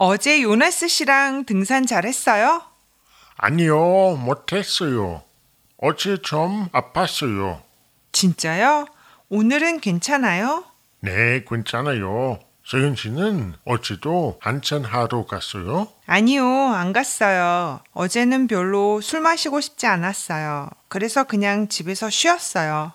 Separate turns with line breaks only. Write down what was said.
어제 요나스 씨랑 등산 잘했어요?
아니요, 못했어요. 어제 좀 아팠어요.
진짜요? 오늘은 괜찮아요?
네, 괜찮아요. 서윤 씨는 어제도 한잔 하러 갔어요?
아니요, 안 갔어요. 어제는 별로 술 마시고 싶지 않았어요. 그래서 그냥 집에서 쉬었어요.